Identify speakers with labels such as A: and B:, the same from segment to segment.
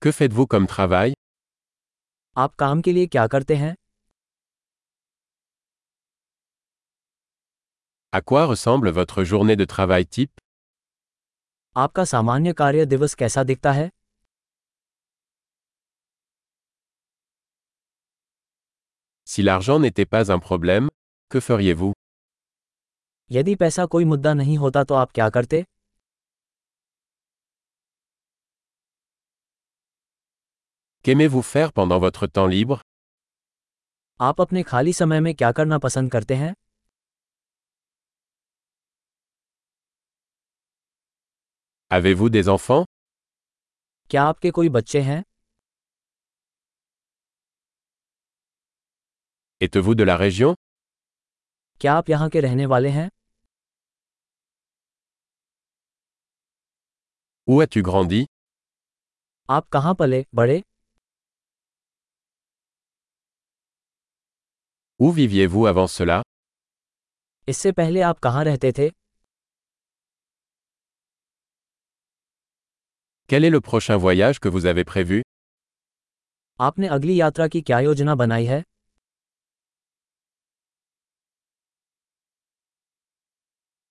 A: Que faites-vous comme travail
B: आप काम के लिए क्या करते हैं
A: À quoi ressemble votre journée de travail type
B: आपका सामान्य कार्य दिवस कैसा दिखता है
A: Si l'argent n'était pas un problème, que feriez-vous
B: यदि पैसा कोई मुद्दा नहीं होता तो आप क्या करते
A: Qu'aimez-vous faire pendant votre temps libre
B: आप अपने खाली समय में क्या करना पसंद करते हैं
A: Avez-vous des enfants
B: क्या आपके कोई बच्चे हैं
A: Êtes-vous de la région
B: क्या आप यहाँ के रहने वाले हैं
A: Où as-tu grandi
B: आप कहाँ पले बड़े
A: Où viviez-vous avant cela
B: इससे पहले आप कहाँ रहते थे
A: Quel est le prochain voyage que vous avez prévu
B: आपने अगली यात्रा की क्या योजना बनाई है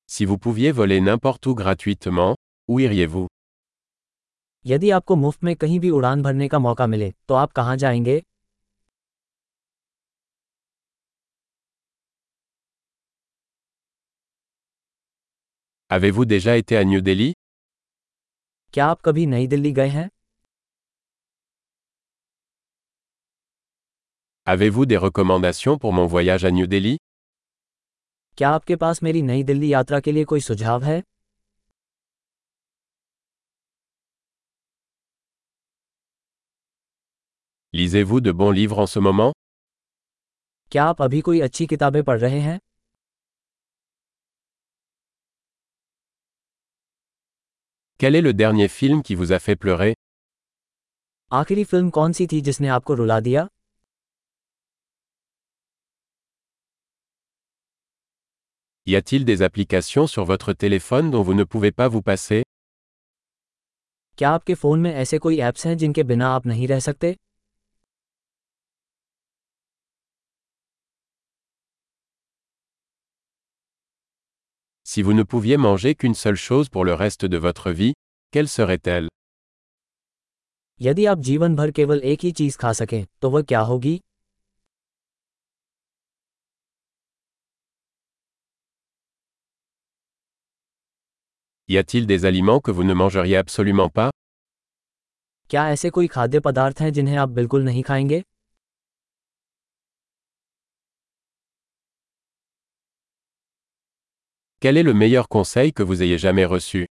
A: Si vous pouviez voler n'importe où gratuitement, où iriez-vous
B: यदि आपको मुफ्त में कहीं भी उड़ान भरने का मौका मिले तो आप कहाँ जाएंगे
A: Avez-vous déjà été à New Delhi
B: क्या आप कभी नई दिल्ली गए हैं
A: Avez-vous des recommandations pour mon voyage à New Delhi
B: क्या आपके पास मेरी नई दिल्ली यात्रा के लिए कोई सुझाव है
A: Lisez-vous de bons livres en ce moment
B: क्या आप अभी कोई अच्छी किताबें पढ़ रहे हैं
A: Quel est le dernier film qui vous a fait pleurer
B: आखिरी फिल्म कौन सी थी जिसने आपको रुला दिया
A: Y a-t-il des applications sur votre téléphone dont vous ne pouvez pas vous passer
B: क्या आपके फ़ोन में ऐसे कोई ऐप्स हैं जिनके बिना आप नहीं रह सकते
A: Si vous ne pouviez manger qu'une seule chose pour le reste de votre vie, quelle serait-elle
B: यदि आप जीवन भर केवल एक ही चीज़ खा सकें तो वह क्या होगी
A: Y a-t-il des aliments que vous ne mangeriez absolument pas
B: क्या ऐसे कोई खाद्य पदार्थ हैं जिन्हें आप बिल्कुल नहीं खाएंगे
A: Quel est le meilleur conseil que vous ayez jamais reçu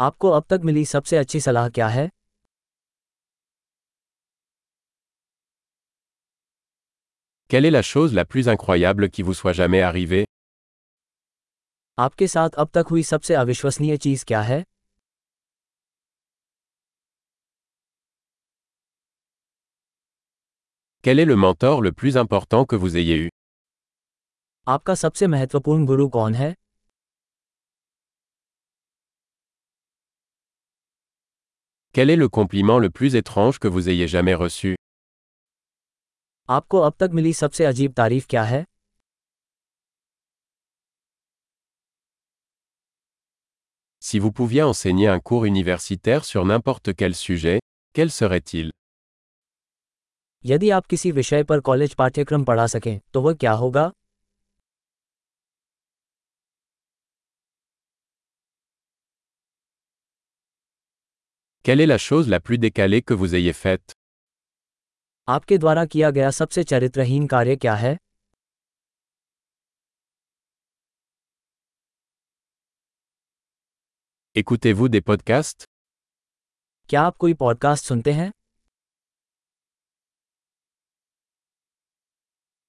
B: आपको अब तक मिली सबसे अच्छी सलाह क्या है
A: Quelle est la chose la plus incroyable qui vous soit jamais arrivée
B: आपके साथ अब तक हुई सबसे अविश्वसनीय चीज़ क्या है
A: Quel est le mentor le plus important que vous ayez eu
B: आपका सबसे महत्वपूर्ण गुरु कौन है
A: Quel est le compliment le plus étrange que vous ayez jamais reçu
B: आपको अब तक मिली सबसे अजीब तारीफ क्या है
A: Si vous pouviez enseigner un cours universitaire sur n'importe quel sujet, quel serait-il
B: यदि आप किसी विषय पर कॉलेज पाठ्यक्रम पढ़ा सकें तो वह क्या होगा
A: Quelle est la chose la plus décalée que vous ayez faite
B: आपके द्वारा किया गया सबसे चरित्रहीन कार्य क्या है
A: Écoutez-vous des podcasts
B: क्या आप कोई पॉडकास्ट सुनते हैं